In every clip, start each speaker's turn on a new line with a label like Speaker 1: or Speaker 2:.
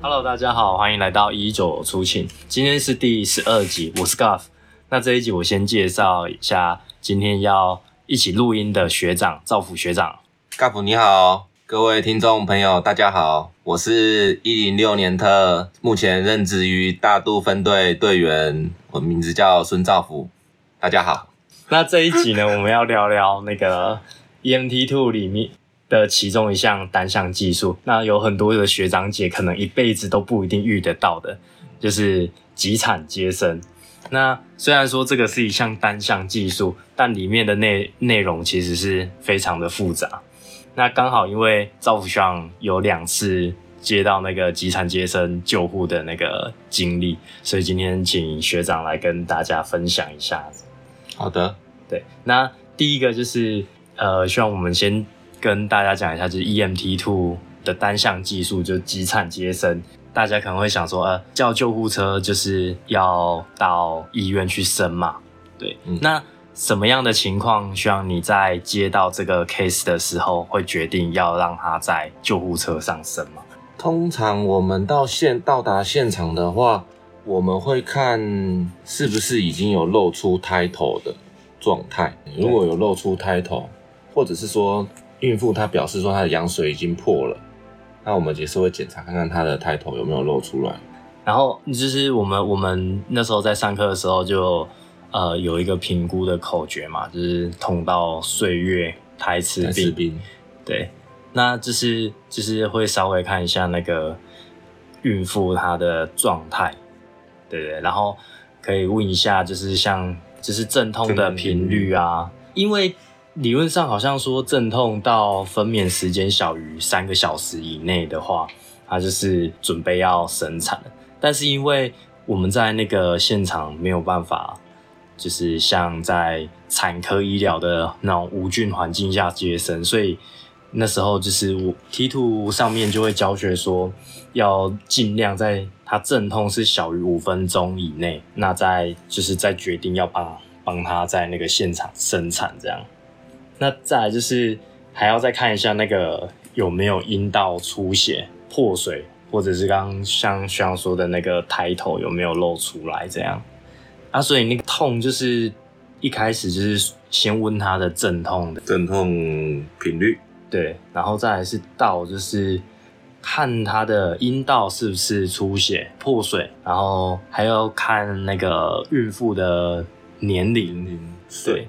Speaker 1: Hello，大家好，欢迎来到一九出勤。今天是第十二集，我是 Guff。那这一集我先介绍一下今天要一起录音的学长赵辅学长。
Speaker 2: 盖普你好，各位听众朋友大家好，我是一零六年特，目前任职于大肚分队队员，我名字叫孙兆福，大家好。
Speaker 1: 那这一集呢，我们要聊聊那个 EMT Two 里面的其中一项单项技术。那有很多的学长姐可能一辈子都不一定遇得到的，就是急产接生。那虽然说这个是一项单项技术，但里面的内内容其实是非常的复杂。那刚好因为赵福上有两次接到那个急产接生救护的那个经历，所以今天请学长来跟大家分享一下
Speaker 2: 好的，
Speaker 1: 对，那第一个就是呃，希望我们先跟大家讲一下，就是 EMT two 的单项技术，就是急产接生。大家可能会想说，呃，叫救护车就是要到医院去生嘛？对，
Speaker 2: 嗯
Speaker 1: 那什么样的情况，希望你在接到这个 case 的时候，会决定要让他在救护车上生吗？
Speaker 2: 通常我们到现到达现场的话，我们会看是不是已经有露出胎头的状态。如果有露出胎头，或者是说孕妇她表示说她的羊水已经破了，那我们也是会检查看看她的胎头有没有露出来。
Speaker 1: 然后就是我们我们那时候在上课的时候就呃有一个评估的口诀嘛，就是捅到岁月台词
Speaker 2: 在士
Speaker 1: 病。
Speaker 2: 兵
Speaker 1: 对，那就是就是会稍微看一下那个孕妇她的状态，对对，然后可以问一下，就是像就是阵痛的频率啊，因为理论上好像说阵痛到分娩时间小于三个小时以内的话，她就是准备要生产了，但是因为我们在那个现场没有办法。就是像在产科医疗的那种无菌环境下接生，所以那时候就是我 T two 上面就会教学说，要尽量在它阵痛是小于五分钟以内，那在就是在决定要帮帮他在那个现场生产这样。那再来就是还要再看一下那个有没有阴道出血、破水，或者是刚刚像徐阳说的那个抬头有没有露出来这样。啊，所以那个痛就是一开始就是先问他的阵痛的，
Speaker 2: 阵痛频率，
Speaker 1: 对，然后再来是道，就是看他的阴道是不是出血、破水，然后还要看那个孕妇的年龄。
Speaker 2: 龄
Speaker 1: 对，，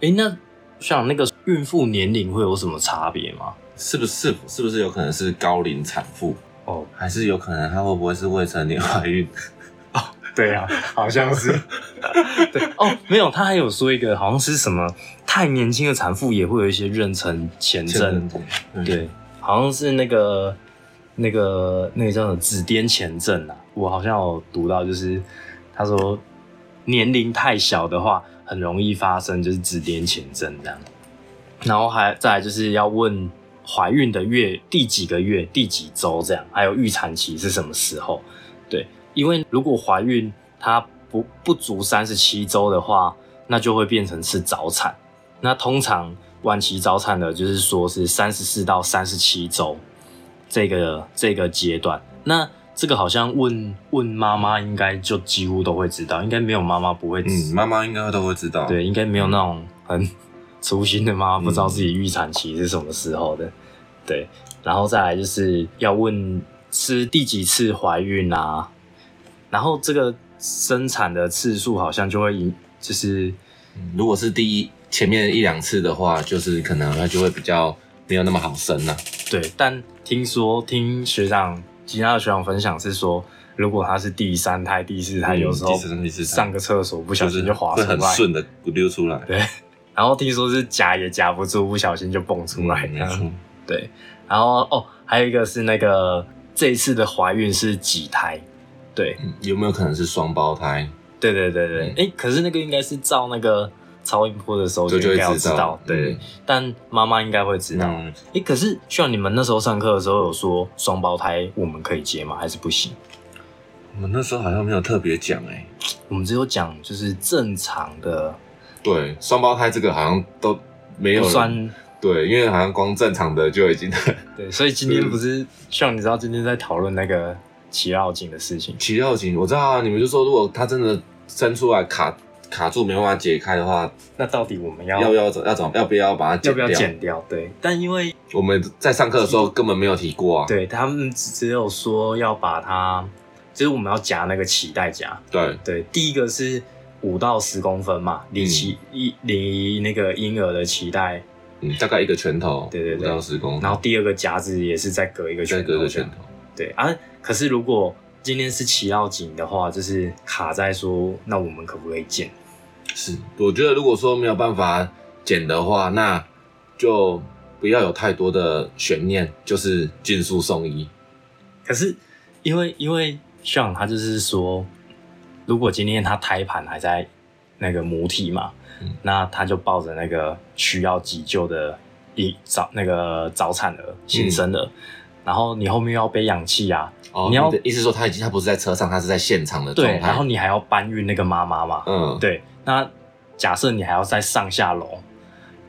Speaker 1: 诶，那像那个孕妇年龄会有什么差别吗？
Speaker 2: 是不是是不是有可能是高龄产妇，
Speaker 1: 哦，
Speaker 2: 还是有可能她会不会是未成年怀孕？
Speaker 1: 对啊，好像 是。对 哦，没有，他还有说一个，好像是什么太年轻的产妇也会有一些妊娠前症，
Speaker 2: 嗯，
Speaker 1: 对，好像是那个那个那个叫什么紫癜前症啊，我好像有读到，就是他说年龄太小的话，很容易发生就是紫癜前症这样。然后还再来就是要问怀孕的月第几个月、第几周这样，还有预产期是什么时候？对，因为如果怀孕它不不足三十七周的话，那就会变成是早产。那通常晚期早产的，就是说是三十四到三十七周这个这个阶段。那这个好像问问妈妈，应该就几乎都会知道，应该没有妈妈不会知
Speaker 2: 嗯，妈妈应该都会知道。，
Speaker 1: 对，应该没有那种很 粗心的妈妈不知道
Speaker 2: 嗯
Speaker 1: 自己预产期是什么时候的。对，然后再来就是要问是第几次怀孕啊，然后这个生产的次数好像就会影，就是
Speaker 2: 如果是第一前面一两次的话，就是可能她就会比较没有那么好生啊了、
Speaker 1: 对，但听说听学长其他的学长分享是说，如果他是第三胎、第四胎，
Speaker 2: 嗯
Speaker 1: 有时候
Speaker 2: 第四胎第四胎
Speaker 1: 上个厕所不小
Speaker 2: 就
Speaker 1: 心
Speaker 2: 是
Speaker 1: 就滑
Speaker 2: 会
Speaker 1: 出
Speaker 2: 很
Speaker 1: 来，
Speaker 2: 顺的溜出来。
Speaker 1: 对，然后听说是夹也夹不住，不小心就蹦出来
Speaker 2: 嗯
Speaker 1: 这
Speaker 2: 没
Speaker 1: 样。
Speaker 2: 错。
Speaker 1: 对，然后哦，还有一个是那个这一次的怀孕是几胎？对，
Speaker 2: 嗯有没有可能是双胞胎？
Speaker 1: 对对对
Speaker 2: 嗯
Speaker 1: 对，哎、可是那个应该是照那个超音波的时候
Speaker 2: 这就
Speaker 1: 应
Speaker 2: 会
Speaker 1: 该要
Speaker 2: 知
Speaker 1: 知
Speaker 2: 道
Speaker 1: 道，对，
Speaker 2: 嗯
Speaker 1: 但妈妈应该会知道。哎、
Speaker 2: 嗯，
Speaker 1: 可是像你们那时候上课的时候有说双胞胎我们可以接吗？还是不行？
Speaker 2: 我们那时候好像没有特别讲哎、欸。
Speaker 1: 我们只有讲就是正常的，
Speaker 2: 对，双胞胎这个好像都没有
Speaker 1: 不
Speaker 2: 人
Speaker 1: 算
Speaker 2: 对，因为好像光正常的就已经 嗯
Speaker 1: 对，所以今天不是像你知道今天在讨论那个脐绕颈的事情。
Speaker 2: 脐绕颈，我知道啊，你们就说如果它真的伸出来卡卡住没办法解开的话，
Speaker 1: 那到底我们要
Speaker 2: 要不要怎要怎么要不要把它
Speaker 1: 要
Speaker 2: 剪
Speaker 1: 不
Speaker 2: 掉？
Speaker 1: 要剪掉？对，但因为
Speaker 2: 我们在上课的时候根本没有提过啊。
Speaker 1: 对他们只只有说要把它，就是我们要夹那个脐带夹。
Speaker 2: 对
Speaker 1: 对，第一个是五到十公分嘛，离
Speaker 2: 嗯
Speaker 1: 脐一离那个婴儿的脐带，
Speaker 2: 嗯，大概一个拳头，
Speaker 1: 对对对
Speaker 2: 五到十公分，
Speaker 1: 然后第二个夹子也是再隔一个
Speaker 2: 嗯再
Speaker 1: 拳头这
Speaker 2: 隔
Speaker 1: 样，
Speaker 2: 一个拳头。
Speaker 1: 对啊，可是如果今天是脐绕颈的话，就是卡在说，那我们可不可以剪？
Speaker 2: 是，我觉得如果说没有办法剪的话，那就不要有太多的悬念，就是尽速送医。
Speaker 1: 可是因为因为像他就是说，如果今天他胎盘还在那个母体嘛，
Speaker 2: 嗯
Speaker 1: 那他就抱着那个需要急救的一早那个早产儿新生
Speaker 2: 嗯
Speaker 1: 儿，然后你后面又要背氧气啊，
Speaker 2: 哦，
Speaker 1: 你要
Speaker 2: 的意思说他已经他不是在车上，他是在现场的状
Speaker 1: 对，
Speaker 2: 态。
Speaker 1: 然后你还要搬运那个妈妈嘛，
Speaker 2: 嗯，
Speaker 1: 对，那假设你还要再上下楼，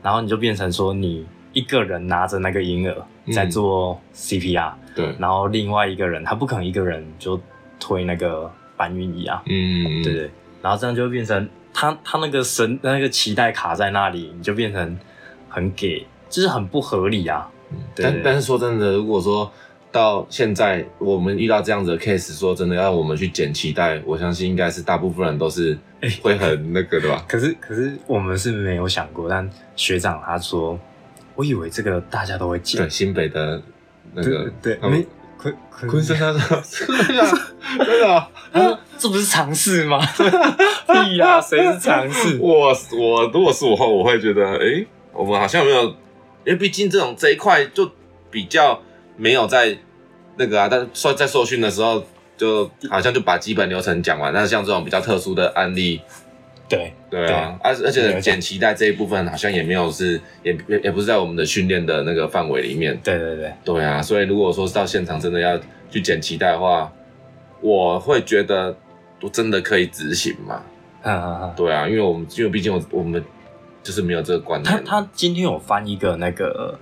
Speaker 1: 然后你就变成说你一个人拿着那个婴儿
Speaker 2: 嗯
Speaker 1: 在做 CPR，、
Speaker 2: 对，
Speaker 1: 然后另外一个人他不可能一个人就推那个搬运椅啊，
Speaker 2: 嗯，
Speaker 1: 对不对，然后这样就会变成他他那个绳那个脐带卡在那里，你就变成很给，就是很不合理啊。对？
Speaker 2: 但但是说真的，如果说到现在我们遇到这样子的 case，说真的要我们去剪脐带，我相信应该是大部分人都是会很那个的吧
Speaker 1: 可是可是我们是没有想过，但学长他说，我以为这个大家都会见
Speaker 2: 对，，新北的那个
Speaker 1: 对
Speaker 2: 他
Speaker 1: 对，
Speaker 2: 们
Speaker 1: 没昆昆
Speaker 2: 昆山他说 真的啊真的啊，
Speaker 1: 啊，这不是尝试吗？ 屁呀、谁是尝试？
Speaker 2: 我我如果是我，我会觉得，诶，我们好像没有，因为毕竟这种这一块就比较没有在那个啊，但是说在受训的时候，就好像就把基本流程讲完。但是像这种比较特殊的案例，
Speaker 1: 对
Speaker 2: 对啊，而而
Speaker 1: 没有
Speaker 2: 且
Speaker 1: 讲
Speaker 2: 剪脐带这一部分好像也没有是也也也不是在我们的训练的那个范围里面。
Speaker 1: 对对对，
Speaker 2: 对啊，所以如果说是到现场真的要去剪脐带的话，我会觉得我真的可以执行吗？
Speaker 1: 嗯嗯嗯。
Speaker 2: 对啊，因为我们因为毕竟我我们就是没有这个观念
Speaker 1: 他，他今天有翻一个那个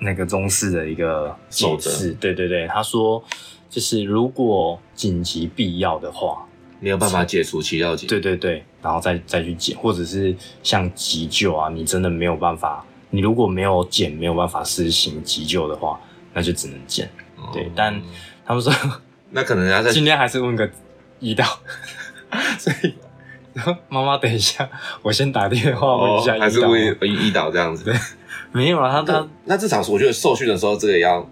Speaker 1: 那个中式的一个解
Speaker 2: 守则
Speaker 1: 释，对对对，他说就是如果紧急必要的话，
Speaker 2: 没有办法解除脐绕颈。
Speaker 1: 对对对，然后再再去剪，或者是像急救啊，你真的没有办法，你如果没有剪，没有办法施行急救的话，那就只能剪。
Speaker 2: 哦
Speaker 1: 对但他们说
Speaker 2: 那可能要再
Speaker 1: 今天还是问个医道， 所以然后妈妈等一下，我先打电话问一下
Speaker 2: 哦还
Speaker 1: 医
Speaker 2: 是
Speaker 1: 道。
Speaker 2: 会医导这样子。
Speaker 1: 没有啊，他
Speaker 2: 那
Speaker 1: 他
Speaker 2: 那至少是我觉得受训的时候，这个也要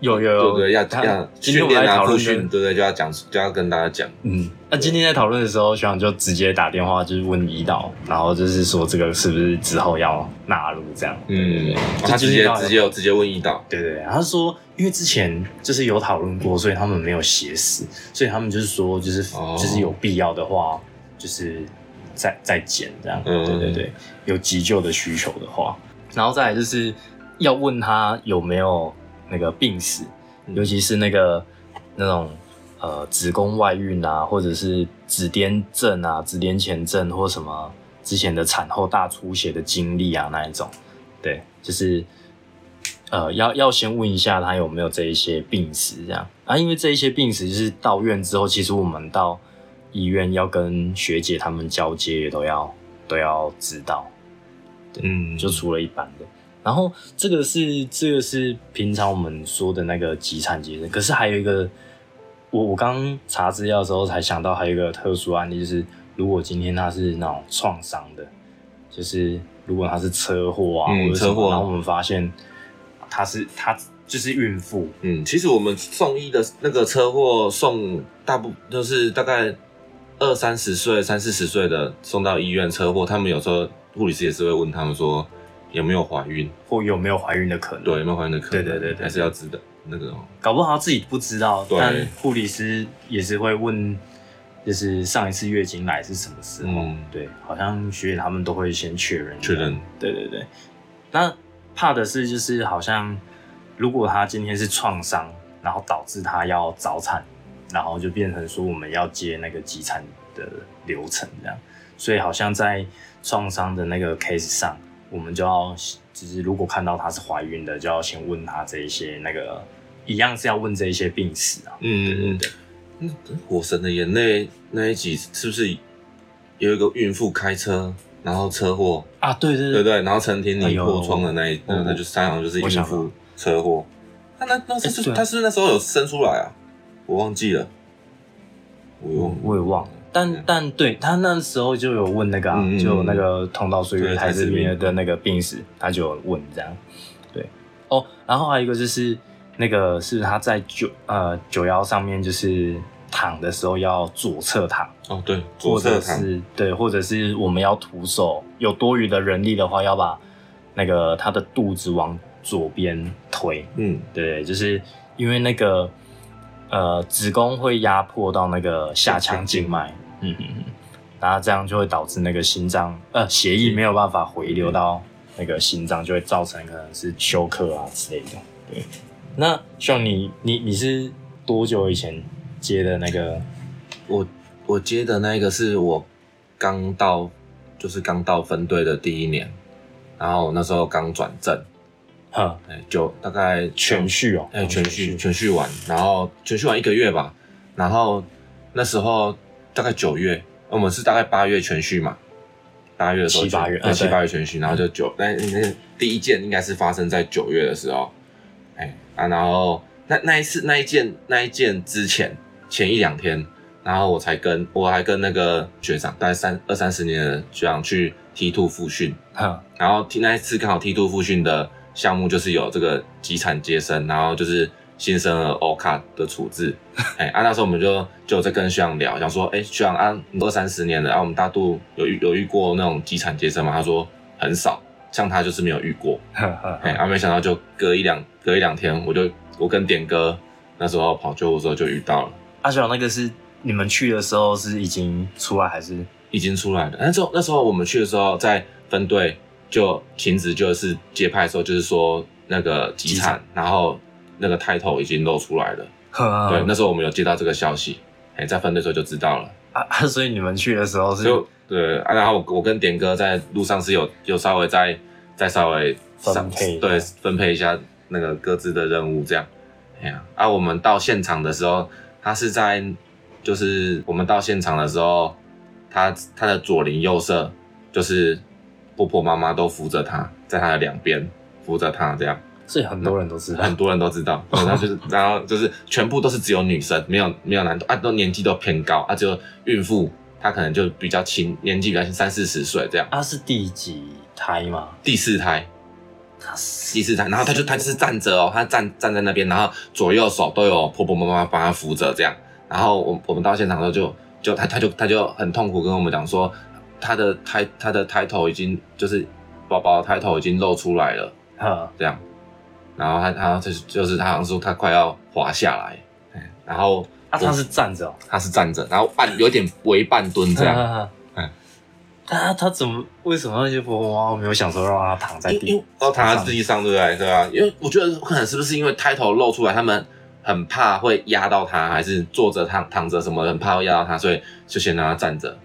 Speaker 1: 有有
Speaker 2: 对
Speaker 1: 有
Speaker 2: 不对？要
Speaker 1: 他
Speaker 2: 要
Speaker 1: 今天
Speaker 2: 训
Speaker 1: 我们
Speaker 2: 练
Speaker 1: 在
Speaker 2: 啊，
Speaker 1: 讨
Speaker 2: 复
Speaker 1: 论
Speaker 2: 训
Speaker 1: 的，
Speaker 2: 对不对？就要讲就要跟大家讲。
Speaker 1: 嗯，那今天在讨论的时候，学长就直接打电话就是问医道，然后就是说这个是不是之后要纳入这样？
Speaker 2: 嗯，哦他
Speaker 1: 就
Speaker 2: 直
Speaker 1: 今天
Speaker 2: 接
Speaker 1: 到底
Speaker 2: 直接有直接问医导。
Speaker 1: 对对对，他说因为之前就是有讨论过，所以他们没有写死，所以他们就是说就是、
Speaker 2: 哦
Speaker 1: 就是有必要的话，就是再再减这样。
Speaker 2: 嗯
Speaker 1: 对对对，有急救的需求的话，然后再来就是要问他有没有那个病史，
Speaker 2: 嗯
Speaker 1: 尤其是那个那种。呃，子宫外孕啊，或者是子痫症啊、子痫前症或什么之前的产后大出血的经历啊那一种，对，就是呃，要要先问一下他有没有这一些病史，这样啊，因为这一些病史就是到院之后，其实我们到医院要跟学姐他们交接，也都要都要知道，
Speaker 2: 嗯，
Speaker 1: 就除了一般的。然后这个是这个是平常我们说的那个急产急诊，可是还有一个，我我刚查资料的时候才想到，还有一个特殊案例，就是如果今天他是那种创伤的，就是如果他是车祸啊、
Speaker 2: 嗯
Speaker 1: 或者什么
Speaker 2: 车祸
Speaker 1: 然后我们发现他是他就是孕妇，
Speaker 2: 嗯，其实我们送医的那个车祸送大部就是大概二三十岁、三四十岁的送到医院车祸，他们有时候护理师也是会问他们说有没有怀孕，
Speaker 1: 或有没有怀孕的可能，
Speaker 2: 对，有没有怀孕的可能，
Speaker 1: 对对对对
Speaker 2: 还是要知道那个哦
Speaker 1: 搞不好他自己不知道，
Speaker 2: 对
Speaker 1: 但护理师也是会问，就是上一次月经来是什么时候？
Speaker 2: 嗯
Speaker 1: 对，好像学姐他们都会先确认一下
Speaker 2: 确认。
Speaker 1: 对对对，那怕的是就是好像如果他今天是创伤，然后导致他要早产，然后就变成说我们要接那个急产的流程这样，所以好像在创伤的那个 case 上，我们就要就是如果看到她是怀孕的，就要先问她这一些那个一样是要问这一些病史啊。
Speaker 2: 嗯嗯
Speaker 1: 对
Speaker 2: 嗯，火神的眼泪那一集是不是有一个孕妇开车然后车祸，
Speaker 1: 啊，对对
Speaker 2: 对不对？然后陈婷
Speaker 1: 哎
Speaker 2: 妮
Speaker 1: 呦
Speaker 2: 破窗的那一，
Speaker 1: 我
Speaker 2: 那那就是她好像就是
Speaker 1: 我
Speaker 2: 孕
Speaker 1: 想
Speaker 2: 妇
Speaker 1: 到
Speaker 2: 车祸。她那那是
Speaker 1: 哎对啊
Speaker 2: 她是不是那时候有生出来啊？我忘记了，我忘
Speaker 1: 我
Speaker 2: 了
Speaker 1: 我也忘了。但但对他那时候就有问那个、啊，
Speaker 2: 嗯嗯嗯
Speaker 1: 就有那个通道岁月
Speaker 2: 对嗯
Speaker 1: 台
Speaker 2: 台
Speaker 1: 子
Speaker 2: 资
Speaker 1: 里
Speaker 2: 命
Speaker 1: 面的那个病史，他就有问这样。对，哦，然后还有一个就是那个是他在九呃九幺上面就是躺的时候要左侧躺，
Speaker 2: 哦，对，
Speaker 1: 或
Speaker 2: 左
Speaker 1: 者
Speaker 2: 侧躺，
Speaker 1: 是对，或者是我们要徒手有多余的人力的话，要把那个他的肚子往左边推，
Speaker 2: 嗯，
Speaker 1: 对，就是因为那个呃子宫会压迫到那个下腔静脉，嗯嗯嗯，然后这样就会导致那个心脏呃血液没有办法回流到那个心脏，就会造成可能是休克啊之类的。对，那像你你你是多久以前接的那个？
Speaker 2: 我我接的那个是我刚到，就是刚到分队的第一年，然后我那时候刚转正，
Speaker 1: 呵，
Speaker 2: 哎，就大概
Speaker 1: 全序哦，
Speaker 2: 哎，全序全序完，然后全序完一个月吧，然后那时候大概九月，哦我们是大概八月全序嘛，八月的时候
Speaker 1: 七八月
Speaker 2: 对
Speaker 1: 啊
Speaker 2: 七
Speaker 1: 对
Speaker 2: 八月全序，然后就九，那那第一件应该是发生在九月的时候，哎啊，然后那那一次那一件那一件之前前一两天，然后我才跟我还跟那个学长，大概三二三十年的学长去 T two 复训，
Speaker 1: 呵，
Speaker 2: 然后那一次刚好 T two 复训的项目就是有这个急产接生，然后就是新生儿 O 卡的处置。哎，啊那时候我们就就有在跟学长聊，想说，哎，学长啊，你二三十年了，啊我们大肚有遇有遇过那种急产接生吗？他说很少，像他就是没有遇过。
Speaker 1: 呵呵
Speaker 2: 哎，啊没想到就隔一两隔一两天，我就我跟点哥那时候跑救护车就遇到了。
Speaker 1: 阿小那个是你们去的时候是已经出来还是？
Speaker 2: 已经出来了。那时候那时候我们去的时候，在分队就停止就是接派的时候，就是说那个集
Speaker 1: 集
Speaker 2: 产
Speaker 1: 产，
Speaker 2: 然后那个 title 已经露出来了。
Speaker 1: 呵
Speaker 2: 对，那时候我们有接到这个消息，哎、在分队的时候就知道了。
Speaker 1: 啊啊，所以你们去的时候是
Speaker 2: 就对、啊，然后我我跟点哥在路上是有有稍微再再稍微
Speaker 1: 分
Speaker 2: 上
Speaker 1: 配一下
Speaker 2: 对分配一下那个各自的任务这样。哎呀，啊，我们到现场的时候，他是在就是我们到现场的时候，他他的左邻右舍就是婆婆妈妈都扶着他，在他的两边扶着他这样，
Speaker 1: 所以很多人都知道
Speaker 2: 很多人都知道，然后就是然后就是全部都是只有女生，没有没有男啊，都年纪都偏高啊，只有孕妇她可能就比较轻，年纪比较轻，三四十岁这样。
Speaker 1: 啊，是第几胎嘛？
Speaker 2: 第四胎，
Speaker 1: 他是
Speaker 2: 第四胎，然后她就她就是站着哦，她站站在那边，然后左右手都有婆婆妈妈帮她扶着这样。然后我我们到现场的时候就就她她就她就很痛苦跟我们讲说，她的胎她的胎头已经就是宝宝的胎头已经露出来了
Speaker 1: 呵啊
Speaker 2: 这样，然后她她就是就是她好像说她快要滑下来，哎然后
Speaker 1: 啊，他是站着哦，
Speaker 2: 她是站着，然后半有点微半蹲这样，
Speaker 1: 样
Speaker 2: 嗯。
Speaker 1: 他他怎么为什么那些婆婆妈妈没有想说让他躺 在
Speaker 2: 因因
Speaker 1: 地
Speaker 2: 为？哦，躺在
Speaker 1: 上
Speaker 2: 地上，对不对？对啊，因为我觉得可能是不是因为胎头露出来，他们很怕会压到他，还是坐着躺躺着什么的，很怕会压到他，所以就先让他站着，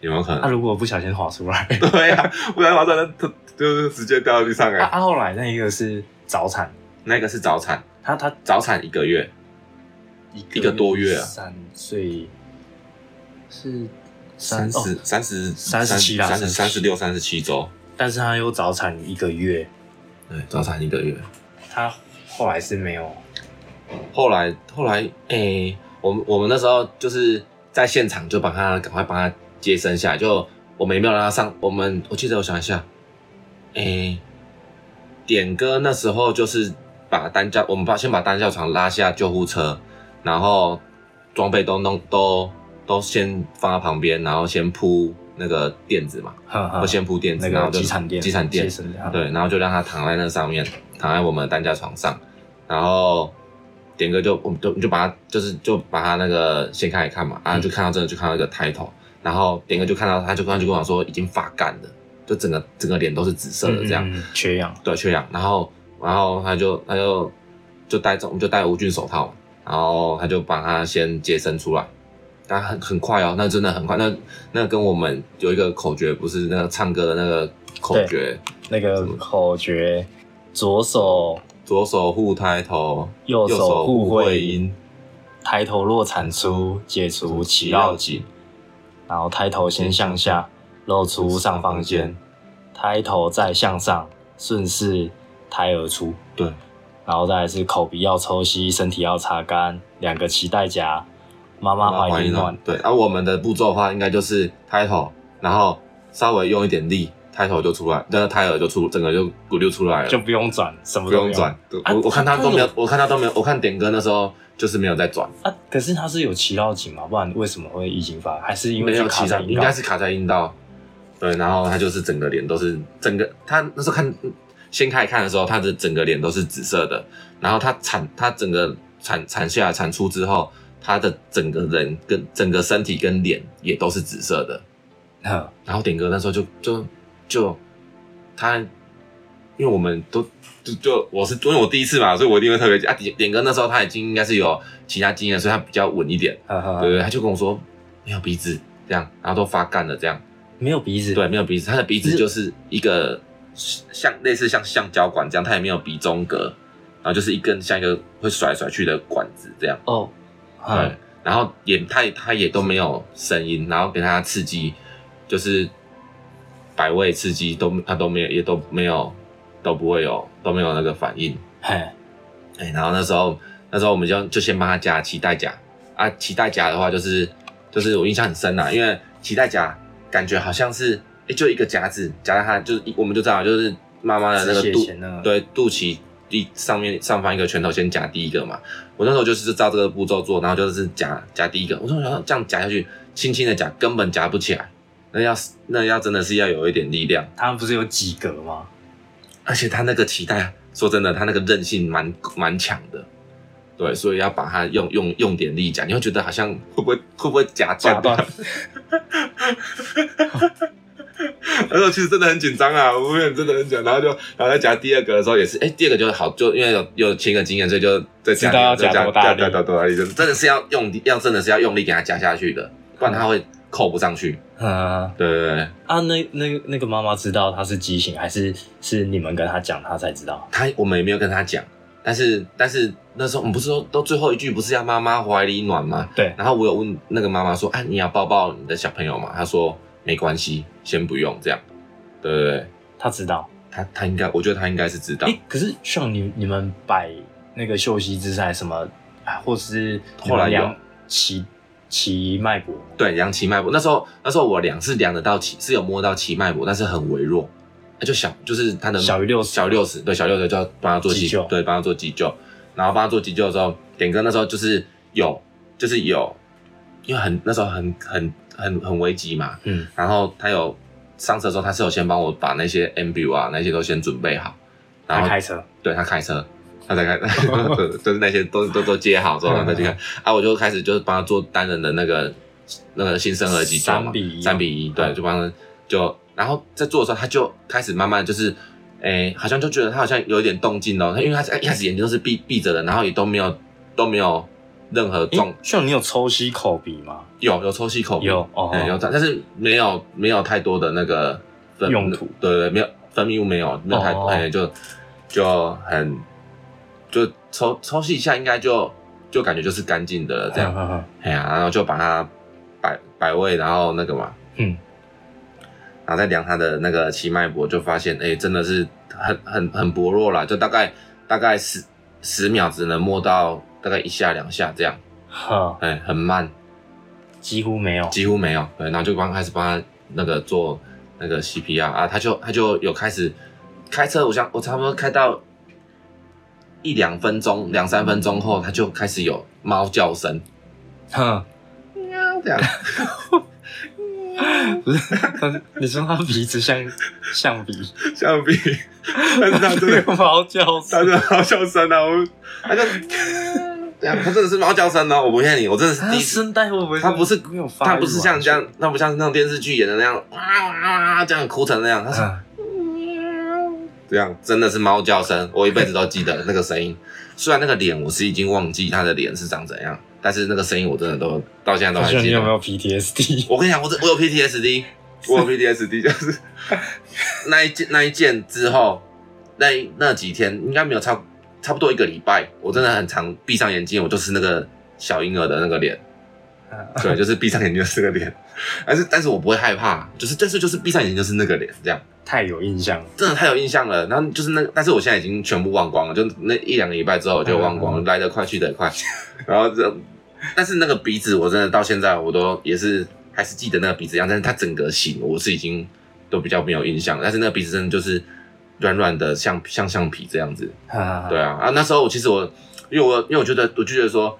Speaker 2: 有没有可
Speaker 1: 他
Speaker 2: 能？
Speaker 1: 啊如果不小心滑出来，
Speaker 2: 对啊，不然的话站着，他就是直接掉到地上哎、
Speaker 1: 啊啊，后来那一个是早产，
Speaker 2: 那个是早产，
Speaker 1: 他他
Speaker 2: 早产一个月，
Speaker 1: 一
Speaker 2: 一个多月啊
Speaker 1: 三岁是三
Speaker 2: 三十
Speaker 1: 哦，
Speaker 2: 三十
Speaker 1: 37啦
Speaker 2: 三十三
Speaker 1: 37
Speaker 2: 十六、三十七周，
Speaker 1: 但是他又早产一个月，
Speaker 2: 对，早产一个月。
Speaker 1: 他后来是没有
Speaker 2: 后来后来，诶、我们我们那时候就是在现场就把他赶快帮他接生下来，就我们也没有让他上。我们我记得我想一下，诶、点哥那时候就是把单轿，我们把先把单轿床拉下救护车，然后装备都弄都都先放在旁边，然后先铺那个垫子嘛，
Speaker 1: 呵呵
Speaker 2: 会先铺垫子，
Speaker 1: 那
Speaker 2: 然后
Speaker 1: 个
Speaker 2: 就
Speaker 1: 集产店
Speaker 2: 集产垫
Speaker 1: 接，生的啊
Speaker 2: 对，然后就让他躺在那上面，躺在我们的担架床上，然后点哥就我们就就把他就是就把他那个掀开来看嘛，啊，就看到真的就看到一个抬头，然后点哥就看到他就刚就跟我说已经发干了，就整个整个脸都是紫色的这样，
Speaker 1: 嗯嗯嗯缺氧，
Speaker 2: 对，缺氧，然后然后他就他就就戴着我们就戴无菌手套嘛，然后他就把他先接生出来。但很很快哦，那真的很快。那那跟我们有一个口诀，不是那个唱歌的那个口
Speaker 1: 对
Speaker 2: 诀，
Speaker 1: 那个口诀，左手
Speaker 2: 左手护胎头，
Speaker 1: 右手护
Speaker 2: 会
Speaker 1: 会阴，抬头落产出，解除脐绕颈，然后抬头先向下，露出上方肩，抬头再向上，顺势抬而出，
Speaker 2: 对，
Speaker 1: 然后再来是口鼻要抽吸，身体要擦干，两个脐带夹，妈妈怀里暖，
Speaker 2: 啊对，而、我们的步骤的话，应该就是胎头，然后稍微用一点力，胎头就出来，那个胎儿就出，整个就骨溜出来了，
Speaker 1: 就不用转，什么
Speaker 2: 不
Speaker 1: 都
Speaker 2: 用转。对
Speaker 1: 啊
Speaker 2: 我我看他
Speaker 1: 他
Speaker 2: 都没有
Speaker 1: 有，
Speaker 2: 我看他都没有，我看点歌那时候就是没有在转，
Speaker 1: 啊。可是它是有脐绕颈嘛，不然为什么会易经发？还是因为
Speaker 2: 没有
Speaker 1: 去卡
Speaker 2: 起
Speaker 1: 在
Speaker 2: 在，
Speaker 1: 阴
Speaker 2: 应
Speaker 1: 道
Speaker 2: 该？是卡在阴道。对，然后他就是整个脸都是整个，他那时候看先开始看的时候，他的整个脸都是紫色的，然后他产他整个产产下来产出之后，他的整个人跟整个身体跟脸也都是紫色的。
Speaker 1: 嗯
Speaker 2: 然后点歌那时候就就就他，因为我们都就就我是因为我第一次嘛，所以我一定会特别啊点点歌那时候他已经应该是有其他经验，所以他比较稳一点。
Speaker 1: 呵呵
Speaker 2: 对
Speaker 1: 呵
Speaker 2: 对，他就跟我说没有鼻子这样，然后都发干了这样。
Speaker 1: 没有鼻子，
Speaker 2: 对，没有鼻子，他的鼻子
Speaker 1: 是
Speaker 2: 就是一个像类似像橡胶管这样，他也没有鼻中隔，然后就是一根像一个会甩来甩去的管子这样。
Speaker 1: 哦，嗯
Speaker 2: 对，然后也他也他也都没有声音，然后给他刺激，就是百位刺激都他都没有，也都没有，都不会有都没有那个反应。
Speaker 1: 嘿，
Speaker 2: 哎、然后那时候那时候我们就就先帮他加脐带夹啊，脐带夹的话就是就是我印象很深呐、因为脐带夹感觉好像是哎、就一个夹子夹在他就是一我们就知道就是妈妈的那
Speaker 1: 止
Speaker 2: 个
Speaker 1: 血
Speaker 2: 肚
Speaker 1: 前那个
Speaker 2: 对肚脐一上面上方一个拳头先夹第一个嘛，我那时候就是照这个步骤做，然后就是夹夹第一个，我说想这样夹下去，轻轻的夹根本夹不起来，那要那要真的是要有一点力量。
Speaker 1: 他们不是有几格 吗？
Speaker 2: 而且他那个脐带，说真的，他那个韧性蛮蛮强的，对，所以要把它用用用点力夹，你会觉得好像会不会会不会夹断？
Speaker 1: 夹断
Speaker 2: 那时候其实真的很紧张啊，我也真的很紧张，然后就然后再夹第二个的时候也是，哎、第二个就好，就因为有有前一个经验，所以就再夹
Speaker 1: 知道要
Speaker 2: 再
Speaker 1: 夹多大力
Speaker 2: 夹夹多大力，真的真的是要用力，要真的是要用力给它夹下去的，不然它会扣不上去。
Speaker 1: 嗯
Speaker 2: 对对对，
Speaker 1: 啊，那那那个妈妈知道她是畸形，还是是你们跟她讲，她才知道？
Speaker 2: 他我们也没有跟他讲，但是但是那时候我们不是说到最后一句不是要妈妈怀里暖吗？
Speaker 1: 对，
Speaker 2: 然后我有问那个妈妈说：“啊，你要抱抱你的小朋友吗？”她说：“没关系，先不用这样。”对对对，
Speaker 1: 她知道。
Speaker 2: 她她应该，我觉得她应该是知道
Speaker 1: 诶，，可是像你你们摆那个秀熙之赛什么，啊或是
Speaker 2: 后来有
Speaker 1: 量齐齐脉搏，
Speaker 2: 对，量脐脉搏。那时候那时候我量是量得到脐，是有摸到脐脉搏，但是很微弱，那就小就是她的
Speaker 1: 小于60
Speaker 2: 小于六十，对，小于六十就要帮她做
Speaker 1: 急
Speaker 2: 急
Speaker 1: 救
Speaker 2: 对，帮她做急救。然后帮她做急救的时候，点哥那时候就是有就是有，因为很那时候很很很很危急嘛，
Speaker 1: 嗯，
Speaker 2: 然后他有上车的时候，他是有先帮我把那些 MBU 啊那些都先准备好，然
Speaker 1: 她
Speaker 2: 后
Speaker 1: 开车，
Speaker 2: 对他开车，他在开， 就是那些都都都接好之后，
Speaker 1: 嗯
Speaker 2: 然后再去看啊，我就开始就是帮他做单人的那个那个新生儿急救嘛，
Speaker 1: 三比一哦嗯
Speaker 2: 三比一，对，就帮他就然后在做的时候，他就开始慢慢就是。哎、好像就觉得他好像有一点动静了，他因为他是一开始眼睛都是闭闭着的，然后也都没有都没有任何
Speaker 1: 诶
Speaker 2: 状，
Speaker 1: 像你有抽吸口鼻吗？
Speaker 2: 有有抽吸口鼻，嗯
Speaker 1: 有哦，
Speaker 2: 哎对，有但但是没有没有太多的那个分
Speaker 1: 用途，
Speaker 2: 对对，没有分泌物没有没有太
Speaker 1: 哦
Speaker 2: 多，哎、就就很就抽抽吸一下，应该就就感觉就是干净的了这样，
Speaker 1: 嗯嗯
Speaker 2: 哎呀、然后就把它摆摆位，然后那个嘛，
Speaker 1: 嗯，
Speaker 2: 然后再量它的那个脐脉搏，就发现哎、真的是很很很薄弱啦，就大概大概十十秒只能摸到大概一下两下这样，
Speaker 1: 呵，
Speaker 2: 哎、很慢，
Speaker 1: 几乎没有，
Speaker 2: 几乎没有，对，然后就帮开始帮他那个做那个 CPR 啊，他就他就有开始开车，我想我差不多开到一两分钟、两三分钟后，他就开始有猫叫声，
Speaker 1: 哼，
Speaker 2: 喵 这样，
Speaker 1: 不是， 她你说她鼻子像 象鼻，
Speaker 2: 橡皮，但是他真的
Speaker 1: 有 猫叫
Speaker 2: 他
Speaker 1: 声
Speaker 2: 真，的猫叫声啊，我他就喵这样，他真的是猫叫声哦，我不骗你，我真的是
Speaker 1: 他
Speaker 2: 第
Speaker 1: 的
Speaker 2: 一次。
Speaker 1: 声带会不会
Speaker 2: 他不是
Speaker 1: 啊没有发育
Speaker 2: 他不是像
Speaker 1: 完
Speaker 2: 这
Speaker 1: 全
Speaker 2: 样，他不像那种电视剧演的那样，哇哇哇哇这样哭成那样，他是
Speaker 1: 嗯
Speaker 2: 这样真的是猫叫声，我一辈子都记得那个声音。虽然那个脸我是已经忘记他的脸是长怎样，但是那个声音我真的都到现在都
Speaker 1: 我
Speaker 2: 还
Speaker 1: 觉得你
Speaker 2: 记
Speaker 1: 有没
Speaker 2: 得。
Speaker 1: 有 PTSD？
Speaker 2: 我跟你讲，我这我有 PTSD，我有 PTSD，就是那一件那一件之后，那一那几天应该没有超差不多一个礼拜，我真的很常闭上眼睛，我就是那个小婴儿的那个脸，对，就是闭上眼睛就是那个脸，但是但是我不会害怕，就是但是就是闭上眼睛就是那个脸这样。
Speaker 1: 太有印象了。
Speaker 2: 真的太有印象了。然后就是那，但是我现在已经全部忘光了，就那一两个礼拜之后我就忘光了，来得快去得快。然后这，但是那个鼻子我真的到现在我都也是还是记得那个鼻子样，但是它整个形我是已经都比较没有印象了。但是那个鼻子真的就是软软的，像像橡皮这样子。对
Speaker 1: 对，
Speaker 2: 啊，啊那时候我其实我因为我因为我觉得我就觉得说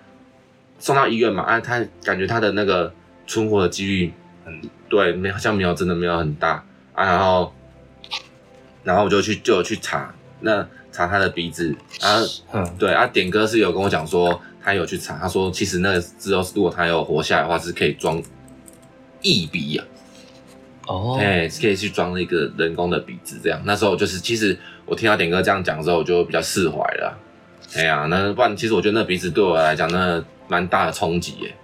Speaker 2: 送到医院嘛，啊他感觉他的那个存活的几率很对，没好像没有真的没有很大啊，然后然后我就去就有去查那查他的鼻子啊，
Speaker 1: 嗯，
Speaker 2: 对啊，点哥是有跟我讲说他有去查，他说其实那个之后如果他有活下来的话是可以装义鼻啊。
Speaker 1: 哦，
Speaker 2: 哎、是可以去装那个人工的鼻子这样。那时候就是，其实我听到点哥这样讲之后，我就比较释怀了啊。哎呀、那不然其实我觉得那鼻子对我来讲，那蛮大的冲击耶，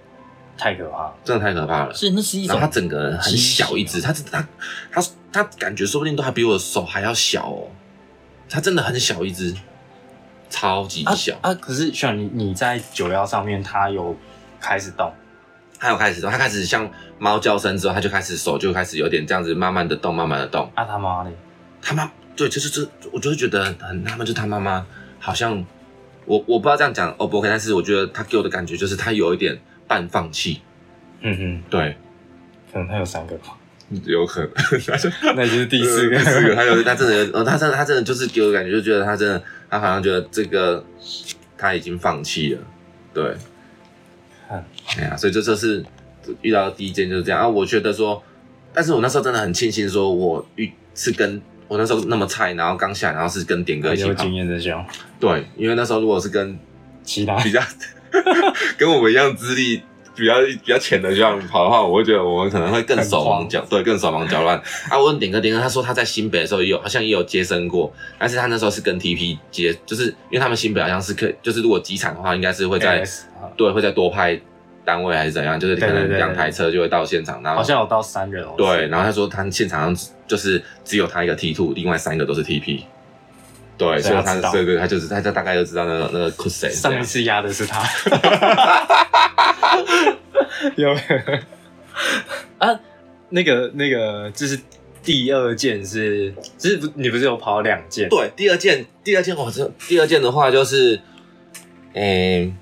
Speaker 1: 太可怕了。
Speaker 2: 真的太可怕了。
Speaker 1: 所以那是一
Speaker 2: 然
Speaker 1: 种
Speaker 2: 后他整个人很小一只，他他他他感觉说不定都还比我的手还要小哦，他真的很小一只，超级
Speaker 1: 啊
Speaker 2: 小。
Speaker 1: 啊！可是像你你在九幺上面，它有开始动，
Speaker 2: 他有开始，他开始像猫叫声之后，他就开始手就开始有点这样子，慢慢的动，慢慢的动。
Speaker 1: 啊他妈的，
Speaker 2: 他妈，对，就是这，我就会觉得很纳闷，就是他妈妈好像我我不知道这样讲 O 不 OK，但是我觉得他给我的感觉就是他有一点半放弃，
Speaker 1: 嗯哼，
Speaker 2: 对，
Speaker 1: 可能它有三个吧，
Speaker 2: 有可能，
Speaker 1: 那就是第四个
Speaker 2: 呃第。四个，他有他真的有，呃，他真的他真的就是给我感觉就觉得他真的，他好像觉得这个他已经放弃了，对
Speaker 1: 看，
Speaker 2: 哎呀，所以这就是遇到的第一件就是这样啊，我觉得说，但是我那时候真的很庆幸，说我遇是跟我那时候那么菜，然后刚下来，然后是跟点哥一起
Speaker 1: 有
Speaker 2: 跑
Speaker 1: 经。验的熊，
Speaker 2: 对，因为那时候如果是跟
Speaker 1: 其他
Speaker 2: 比较 跟我们一样资历比较比较浅的这样跑的话，我会觉得我们可能会更手忙 脚对，更手忙脚乱。啊，我问点哥，点哥他说他在新北的时候也有好像也有接生过，但是他那时候是跟 TP 接，就是因为他们新北好像是可以，就是如果几场的话，应该是会在
Speaker 1: AS 啊
Speaker 2: 对会再多派单位还是怎样，就是可
Speaker 1: 对对
Speaker 2: 能
Speaker 1: 对
Speaker 2: 两台车就会到现场，然后
Speaker 1: 好像有到三人哦。
Speaker 2: 对，然后他说他现场就是只有他一个 T two，另外三个都是 TP。对，
Speaker 1: 所
Speaker 2: 所
Speaker 1: 以他
Speaker 2: 以他
Speaker 1: 知道
Speaker 2: 对对，他就是他他大概就知道那个那个 c o s
Speaker 1: 上一次压的是 他，有 啊？那个那个，就是第二件是，就是不你不是有跑两件？
Speaker 2: 对，第二件，第二件我这第二件的话就是，诶、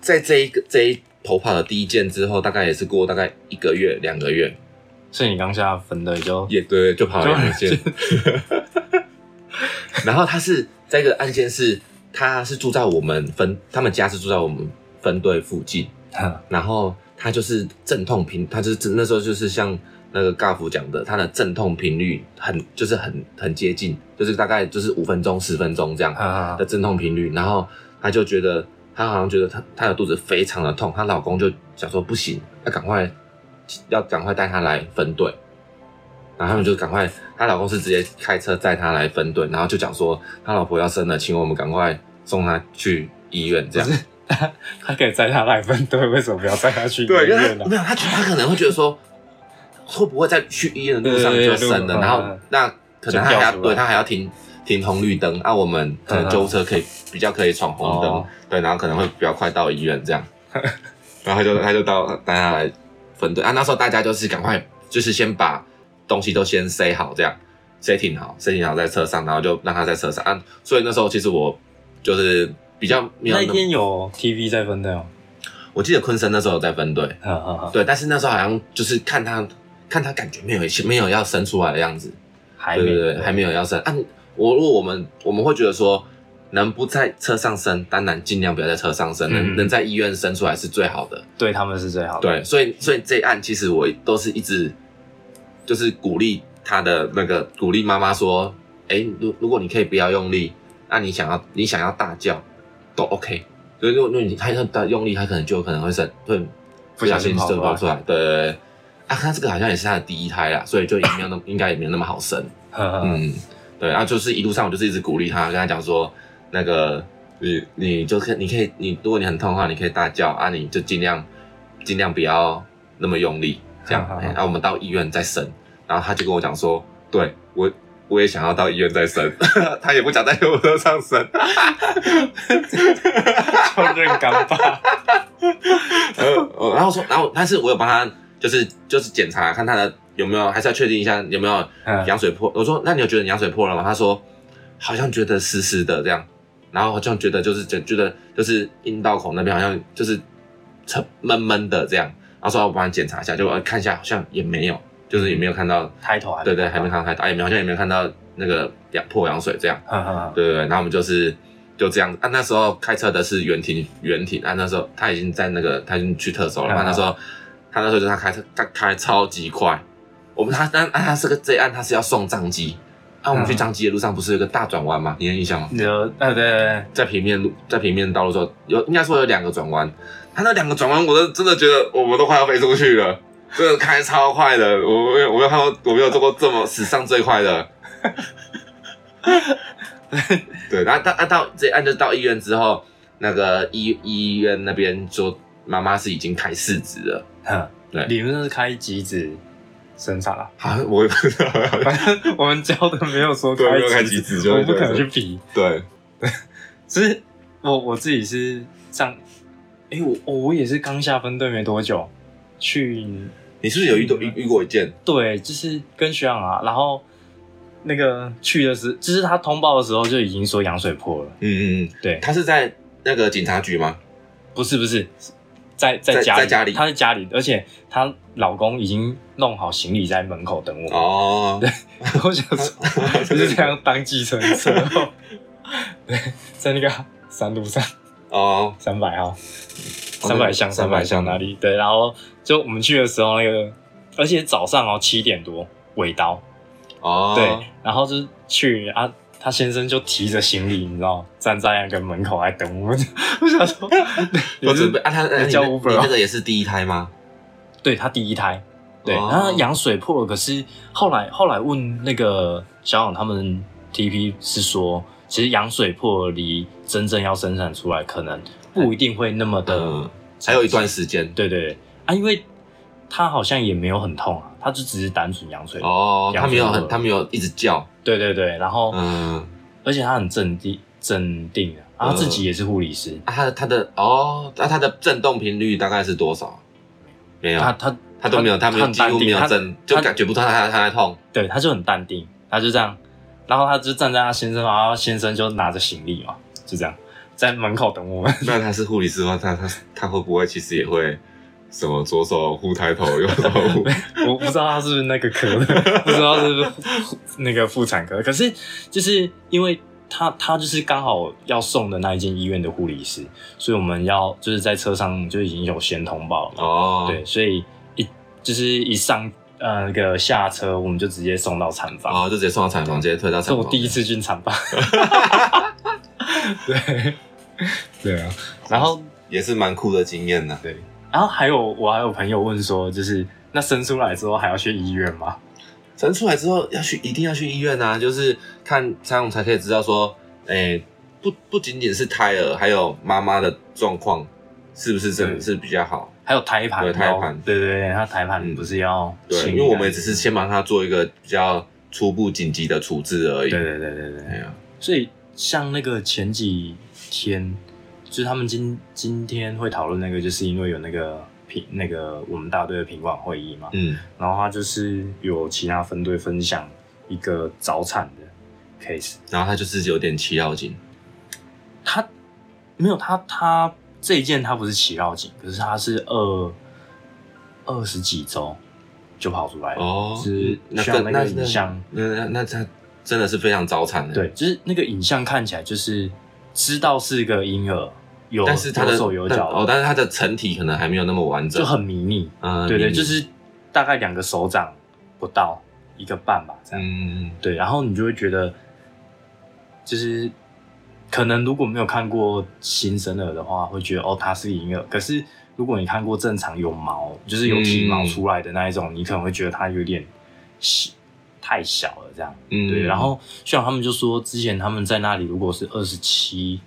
Speaker 2: 在这一个这一头跑的第一件之后，大概也是过大概一个月两个月，
Speaker 1: 所以你刚下分的就
Speaker 2: 也对，就跑了两
Speaker 1: 就
Speaker 2: 件。 然后他是这个案件是，他是住在我们分，他们家是住在我们分队附近，然后他就是阵痛频，他就是那时候就是像那个尬福讲的，他的阵痛频率很就是很很接近，就是大概就是五分钟十分钟这样。的阵痛频率，然后她就觉得她好像觉得她她的肚子非常的痛，她老公就想说不行，要赶快要赶快带她来分队，然后他们就赶快，她老公是直接开车载她来分队，然后就讲说她老婆要生了，请我们赶快送她去医院这样。
Speaker 1: 他他可以载他来分队，为什么不要载他去医
Speaker 2: 对，因为
Speaker 1: 院呢啊
Speaker 2: 他？没有，他觉得他可能会觉得说，会不会在去医院的路上
Speaker 1: 对对
Speaker 2: 就
Speaker 1: 对
Speaker 2: 生
Speaker 1: 路
Speaker 2: 了，然后
Speaker 1: 嗯
Speaker 2: 那可能他还
Speaker 1: 就跳
Speaker 2: 要
Speaker 1: 出来
Speaker 2: 对他还要停停红绿灯，啊，我们可
Speaker 1: 嗯
Speaker 2: 能救护车可以比较可以闯红灯
Speaker 1: 哦，
Speaker 2: 对，然后可能会比较快到医院 这样，然后他就他就到大家来分队啊，那时候大家就是赶快就是先把东西都先塞好这样。塞挺好，塞挺好在车上，然后就让他在车上啊。所以那时候其实我就是比较没
Speaker 1: 那
Speaker 2: 有那
Speaker 1: 一
Speaker 2: 么，
Speaker 1: 天有 TV 在分队哦。
Speaker 2: 我记得昆森那时候有在分队，
Speaker 1: 哈哈哈
Speaker 2: 对，但是那时候好像就是看他看他感觉没有没有要生出来的样子，
Speaker 1: 还
Speaker 2: 对
Speaker 1: 没
Speaker 2: 对对，还没有要生。啊，我如果我们我们会觉得说，能不在车上生，当然尽量不要在车上生，
Speaker 1: 嗯
Speaker 2: 能能在医院生出来是最好的。
Speaker 1: 对他们是最好的。
Speaker 2: 对，所以所以这一案其实我都是一直就是鼓励他的那个鼓励妈妈说，哎，如如果你可以不要用力，那你想要你想要大叫都 OK。所以如果如果你他用大用力，他可能就有可能会生会
Speaker 1: 不小心
Speaker 2: 不就
Speaker 1: 跑
Speaker 2: 跑出来。对对对，啊，他这个好像也是他的第一胎啦，所以就也没有那么应该也没有那么好生。
Speaker 1: 呵呵，
Speaker 2: 嗯，对，然、后就是一路上我就是一直鼓励他，跟他讲说，那个你你就是你可以，你如果你很痛的话，你可以大叫啊，你就尽量尽量不要那么用力，这样，
Speaker 1: 好好
Speaker 2: 哎
Speaker 1: 好
Speaker 2: 然后、我们到医院再生。然后他就跟我讲说，对我我也想要到医院再生， 他也不想在游乐上生，
Speaker 1: 就认干 爸。
Speaker 2: 呃呃然后说，然后但是我有帮他，就是就是检查看他的有没有，还是要确定一下有没有
Speaker 1: 嗯，
Speaker 2: 羊水破。我说，那你有觉得你羊水破了吗？他说，好像觉得湿湿的这样，然后好像觉得就是觉觉得就是阴道口那边好像就是沉闷闷的这样，然后说我帮他检查一下，就呃看一下好像也没有，就是也没有看到，
Speaker 1: 开头还
Speaker 2: 对对，还没看到开刀，哎也没有好像也没有看到那个羊破羊水这样。
Speaker 1: 嗯嗯嗯
Speaker 2: 对对对，然后我们就是就这样啊。那时候开车的是袁婷，袁婷啊，那时候他已经在那个他已经去特搜了嘛。
Speaker 1: 嗯
Speaker 2: 那时候他那时候就是他开车，他开超级快。我们他但啊，他是个这一案，他是要送张机。啊，我们去
Speaker 1: 嗯
Speaker 2: 张机的路上不是有一个大转弯吗？你有印象吗？
Speaker 1: 你就呃对对对，
Speaker 2: 在平面路，在平面道路上有应该说有两个转弯，他那两个转弯，我都真的觉得我们都快要飞出去了， 真的开超快的，我没有我没有看过，我没有做过这么史上最快的。 对，然后到啊到这按就到医院之后，那个医医院那边说妈妈是已经开四指了，
Speaker 1: 哼，
Speaker 2: 对
Speaker 1: 理论上是开几指生产啊，
Speaker 2: 好、像我也不知道，
Speaker 1: 反正我们教的没有说
Speaker 2: 对没有开
Speaker 1: 开
Speaker 2: 几指
Speaker 1: 我
Speaker 2: 就
Speaker 1: 们不
Speaker 2: 对
Speaker 1: 可能
Speaker 2: 对
Speaker 1: 去比。
Speaker 2: 对，
Speaker 1: 只是我我自己是上，哎、我我我也是刚下分队没多久，去
Speaker 2: 你是不是有遇到遇遇过一件？
Speaker 1: 对，就是跟学长啊，然后那个去的时，就是他通报的时候就已经说羊水破了，
Speaker 2: 嗯嗯嗯，
Speaker 1: 对，
Speaker 2: 他是在那个警察局吗？
Speaker 1: 不是不是。在在
Speaker 2: 在
Speaker 1: 家里，
Speaker 2: 在家里
Speaker 1: 她在家里，而且她老公已经弄好行李在门口等我。
Speaker 2: 哦，
Speaker 1: 我想说，就是这样当计程车，对，在那个山路上
Speaker 2: 哦，
Speaker 1: 三百号，三百巷三百巷那
Speaker 2: 里？
Speaker 1: 里，对，然后就我们去的时候那个，而且早上哦七点多尾刀，
Speaker 2: 哦，
Speaker 1: 对，然后就是去啊。他先生就提着行李，你知道，站在那个门口来等我们。 我想说，
Speaker 2: 我
Speaker 1: 也
Speaker 2: 准
Speaker 1: 是
Speaker 2: 备啊，他
Speaker 1: 也
Speaker 2: 你
Speaker 1: 叫
Speaker 2: 那
Speaker 1: Uber
Speaker 2: 你
Speaker 1: 啊
Speaker 2: 那个也是第一胎吗？
Speaker 1: 对他第一胎，对，
Speaker 2: 哦
Speaker 1: 然后羊水破了，可是后来后来问那个小勇他们 TP 是说，其实羊水破了离真正要生产出来，可能不一定会那么的，
Speaker 2: 嗯，还有一段时间。
Speaker 1: 对对对啊，因为他好像也没有很痛啊，他就只是单纯羊水，
Speaker 2: 哦，他没有
Speaker 1: 养猪
Speaker 2: 很，
Speaker 1: 了
Speaker 2: 他没有一直叫，
Speaker 1: 对对对，然后、
Speaker 2: 嗯，
Speaker 1: 而且他很镇定镇定啊，啊他自己也是护理师，
Speaker 2: 啊，他的他的哦，那他的震动频率大概是多少？没有，
Speaker 1: 他
Speaker 2: 他
Speaker 1: 他
Speaker 2: 都没有，他没有
Speaker 1: 很
Speaker 2: 几
Speaker 1: 淡
Speaker 2: 乎没
Speaker 1: 定，
Speaker 2: 有
Speaker 1: 他
Speaker 2: 震，就
Speaker 1: 他
Speaker 2: 感觉不到他他在痛。
Speaker 1: 对，他就很淡定，他就这样，然后他就站在他先生，然后先生就拿着行李嘛，就这样在门口等我们。
Speaker 2: 那他是护理师的话，他他他会不会其实也会什么左手护抬头，右手 护？
Speaker 1: 我不知道他是不是那个科的， 不知道是不是那个妇产科，可是就是因为。他他就是刚好要送的那一间医院的护理师，所以我们要就是在车上就已经有先通报了嘛，
Speaker 2: 哦，
Speaker 1: 对，，所以一就是一上呃那个下车，我们就直接送到产房。
Speaker 2: 哦，就直接送到产房，直接推到
Speaker 1: 这
Speaker 2: 产
Speaker 1: 我
Speaker 2: 房。
Speaker 1: 第一次进 产吧。对，对啊。然后，
Speaker 2: 也是蛮酷的经验呢。
Speaker 1: 对，然后还有我还有朋友问说，就是那生出来之后还要去医院吗？
Speaker 2: 生出来之后要去，一定要去医院啊，就是看这样才可以知道说，哎、不不仅仅是胎儿，还有妈妈的状况是不是真的
Speaker 1: 对
Speaker 2: 是比较好？
Speaker 1: 还有胎盘哦，
Speaker 2: 对胎盘
Speaker 1: 对对对，他胎盘
Speaker 2: 嗯
Speaker 1: 不是要
Speaker 2: 对，
Speaker 1: 清
Speaker 2: 因
Speaker 1: 理
Speaker 2: 为我们
Speaker 1: 干
Speaker 2: 也只是先帮他做一个比较初步紧急的处置而已。
Speaker 1: 净对对对对对
Speaker 2: 哎呀，
Speaker 1: 所以像那个前几天，就是他们今今天会讨论那个，就是因为有那个评那个我们大队的评管会议嘛，
Speaker 2: 嗯，
Speaker 1: 然后他就是有其他分队分享一个早产的 case，
Speaker 2: 然后他就是有点奇药精，
Speaker 1: 他没有他他这一件他不是起绕颈，可是他是二二十几周就跑出来了，
Speaker 2: 哦，
Speaker 1: 是
Speaker 2: 那
Speaker 1: 像
Speaker 2: 更
Speaker 1: 那
Speaker 2: 那
Speaker 1: 个影像，
Speaker 2: 那那那他真的是非常早产的。
Speaker 1: 对，，就是那个影像看起来就是知道是个婴儿，有
Speaker 2: 但是他的
Speaker 1: 有手有
Speaker 2: 但
Speaker 1: 脚的，
Speaker 2: 哦，但是他的成体可能还没有那么完整，
Speaker 1: 就很迷你，
Speaker 2: 嗯，
Speaker 1: 对对，
Speaker 2: 明
Speaker 1: 就是大概两个手掌不到一个半吧，这样，
Speaker 2: 嗯，
Speaker 1: 对，然后你就会觉得，就是可能如果没有看过新生儿的话，会觉得哦它是婴儿。可是如果你看过正常有毛，就是有体
Speaker 2: 嗯
Speaker 1: 毛出来的那一种，你可能会觉得它有点小，太小了这样。
Speaker 2: 嗯
Speaker 1: 对，然后像他们就说，之前他们在那里如果是二十七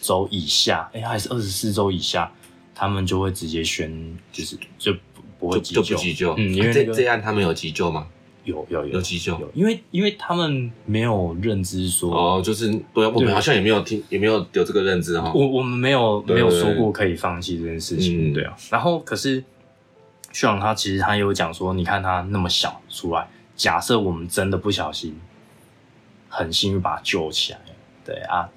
Speaker 1: 周以下，哎、还是二十四周以下，他们就会直接宣，就是就不不会
Speaker 2: 就
Speaker 1: 急
Speaker 2: 就不急救，啊
Speaker 1: 嗯，因为、那
Speaker 2: 这
Speaker 1: 个
Speaker 2: 这案他们有急救吗？
Speaker 1: 有有有
Speaker 2: 有急救
Speaker 1: 有，因为因为他们没有认知说，
Speaker 2: 哦，就是对啊，我
Speaker 1: 对
Speaker 2: 们好像也没有听，也没有有这个认知哈。
Speaker 1: 我我们没有
Speaker 2: 啊对
Speaker 1: 没有说过可以放弃这件事情，
Speaker 2: 嗯
Speaker 1: 对啊。然后可是旭朗他其实他有讲说，你看他那么小出来，假设我们真的不小心，很幸运把他救起来，对啊，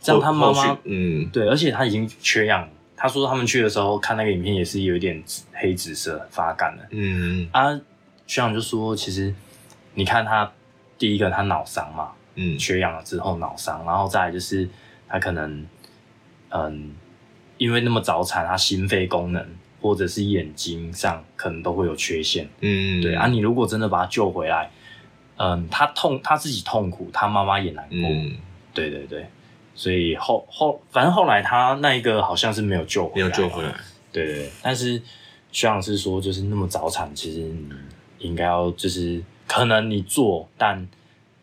Speaker 1: 这样他妈
Speaker 2: 后
Speaker 1: 妈
Speaker 2: 续嗯，
Speaker 1: 对，而且他已经缺氧了。他说他们去的时候看那个影片也是有一点紫黑紫色发干了
Speaker 2: 嗯
Speaker 1: 啊。学长就说，其实你看他第一个他脑伤嘛，
Speaker 2: 嗯
Speaker 1: 缺氧了之后脑伤，然后再来就是他可能嗯，因为那么早产，他心肺功能或者是眼睛上可能都会有缺陷。
Speaker 2: 嗯，
Speaker 1: 对啊，你如果真的把他救回来，嗯，他痛他自己痛苦，他妈妈也难过。
Speaker 2: 嗯，
Speaker 1: 对对对，所以后后反正后来他那一个好像是没有救回
Speaker 2: 没
Speaker 1: 来，
Speaker 2: 有救回。来，
Speaker 1: 对对对，但是徐老师说，就是那么早产，其实你应该要就是可能你做，但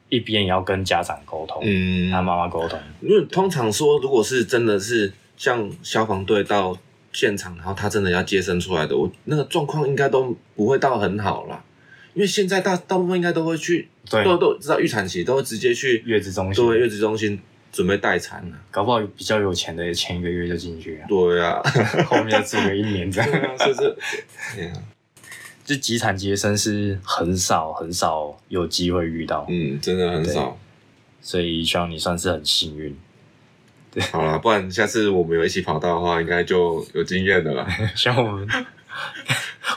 Speaker 1: 一边也要跟家长沟通，
Speaker 2: 嗯，
Speaker 1: 他妈妈沟通。
Speaker 2: 因为通常说，如果是真的是像消防队到现场，然后他真的要接生出来的，我那个状况应该都不会到很好啦。因为现在大大部分应该都会去，
Speaker 1: 对
Speaker 2: 都都知道预产期都会直接去
Speaker 1: 月子中心
Speaker 2: 对月子中心准备待产了。，
Speaker 1: 搞不好比较有钱的也前一个月就进去啊
Speaker 2: 对啊，
Speaker 1: 后面就住个一年这 样。
Speaker 2: 是是，对啊，
Speaker 1: 就急产接生是很少很少有机会遇到，
Speaker 2: 嗯，真的很少。
Speaker 1: 所以希望你算是很幸 运。
Speaker 2: 好啦，不然下次我们有一起跑道的话，应该就有经验 的啦。
Speaker 1: 像我 们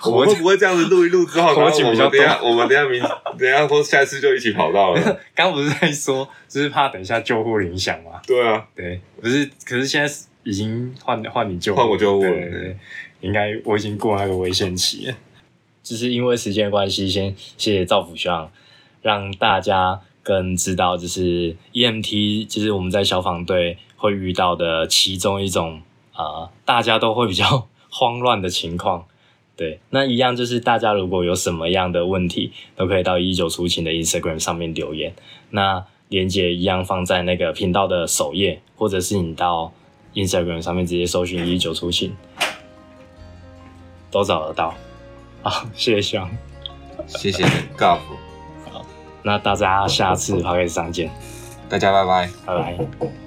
Speaker 2: 我
Speaker 1: 活
Speaker 2: 们
Speaker 1: 着
Speaker 2: 会不会这样子录一录之后，然
Speaker 1: 活
Speaker 2: 后
Speaker 1: 起
Speaker 2: 我
Speaker 1: 比
Speaker 2: 们
Speaker 1: 较
Speaker 2: 等一
Speaker 1: 多
Speaker 2: 下，我们等一下明，等一下或下次就一起跑道 了？
Speaker 1: 刚不是在说，就是怕等一下救护铃响吗？
Speaker 2: 对啊，
Speaker 1: 对，不是，可是现在是已经换换你救，
Speaker 2: 换我救护了
Speaker 1: 对对对应该我已经过那个危险期 了。就是因为时间的关系，先谢谢赵福兄，让大家更知道，就是 EMT，就是我们在消防队会遇到的其中一种啊、呃大家都会比较 慌乱的情况。对，那一样就是大家如果有什么样的问题，都可以到一九出勤的 Instagram 上面留言。那链接一样放在那个频道的首页，或者是你到 Instagram 上面直接搜寻一九出勤，都找得到。好，谢谢香，
Speaker 2: 谢谢 Golf，
Speaker 1: 那大家下次 p o d 上见，
Speaker 2: 大家拜拜。
Speaker 1: 拜拜。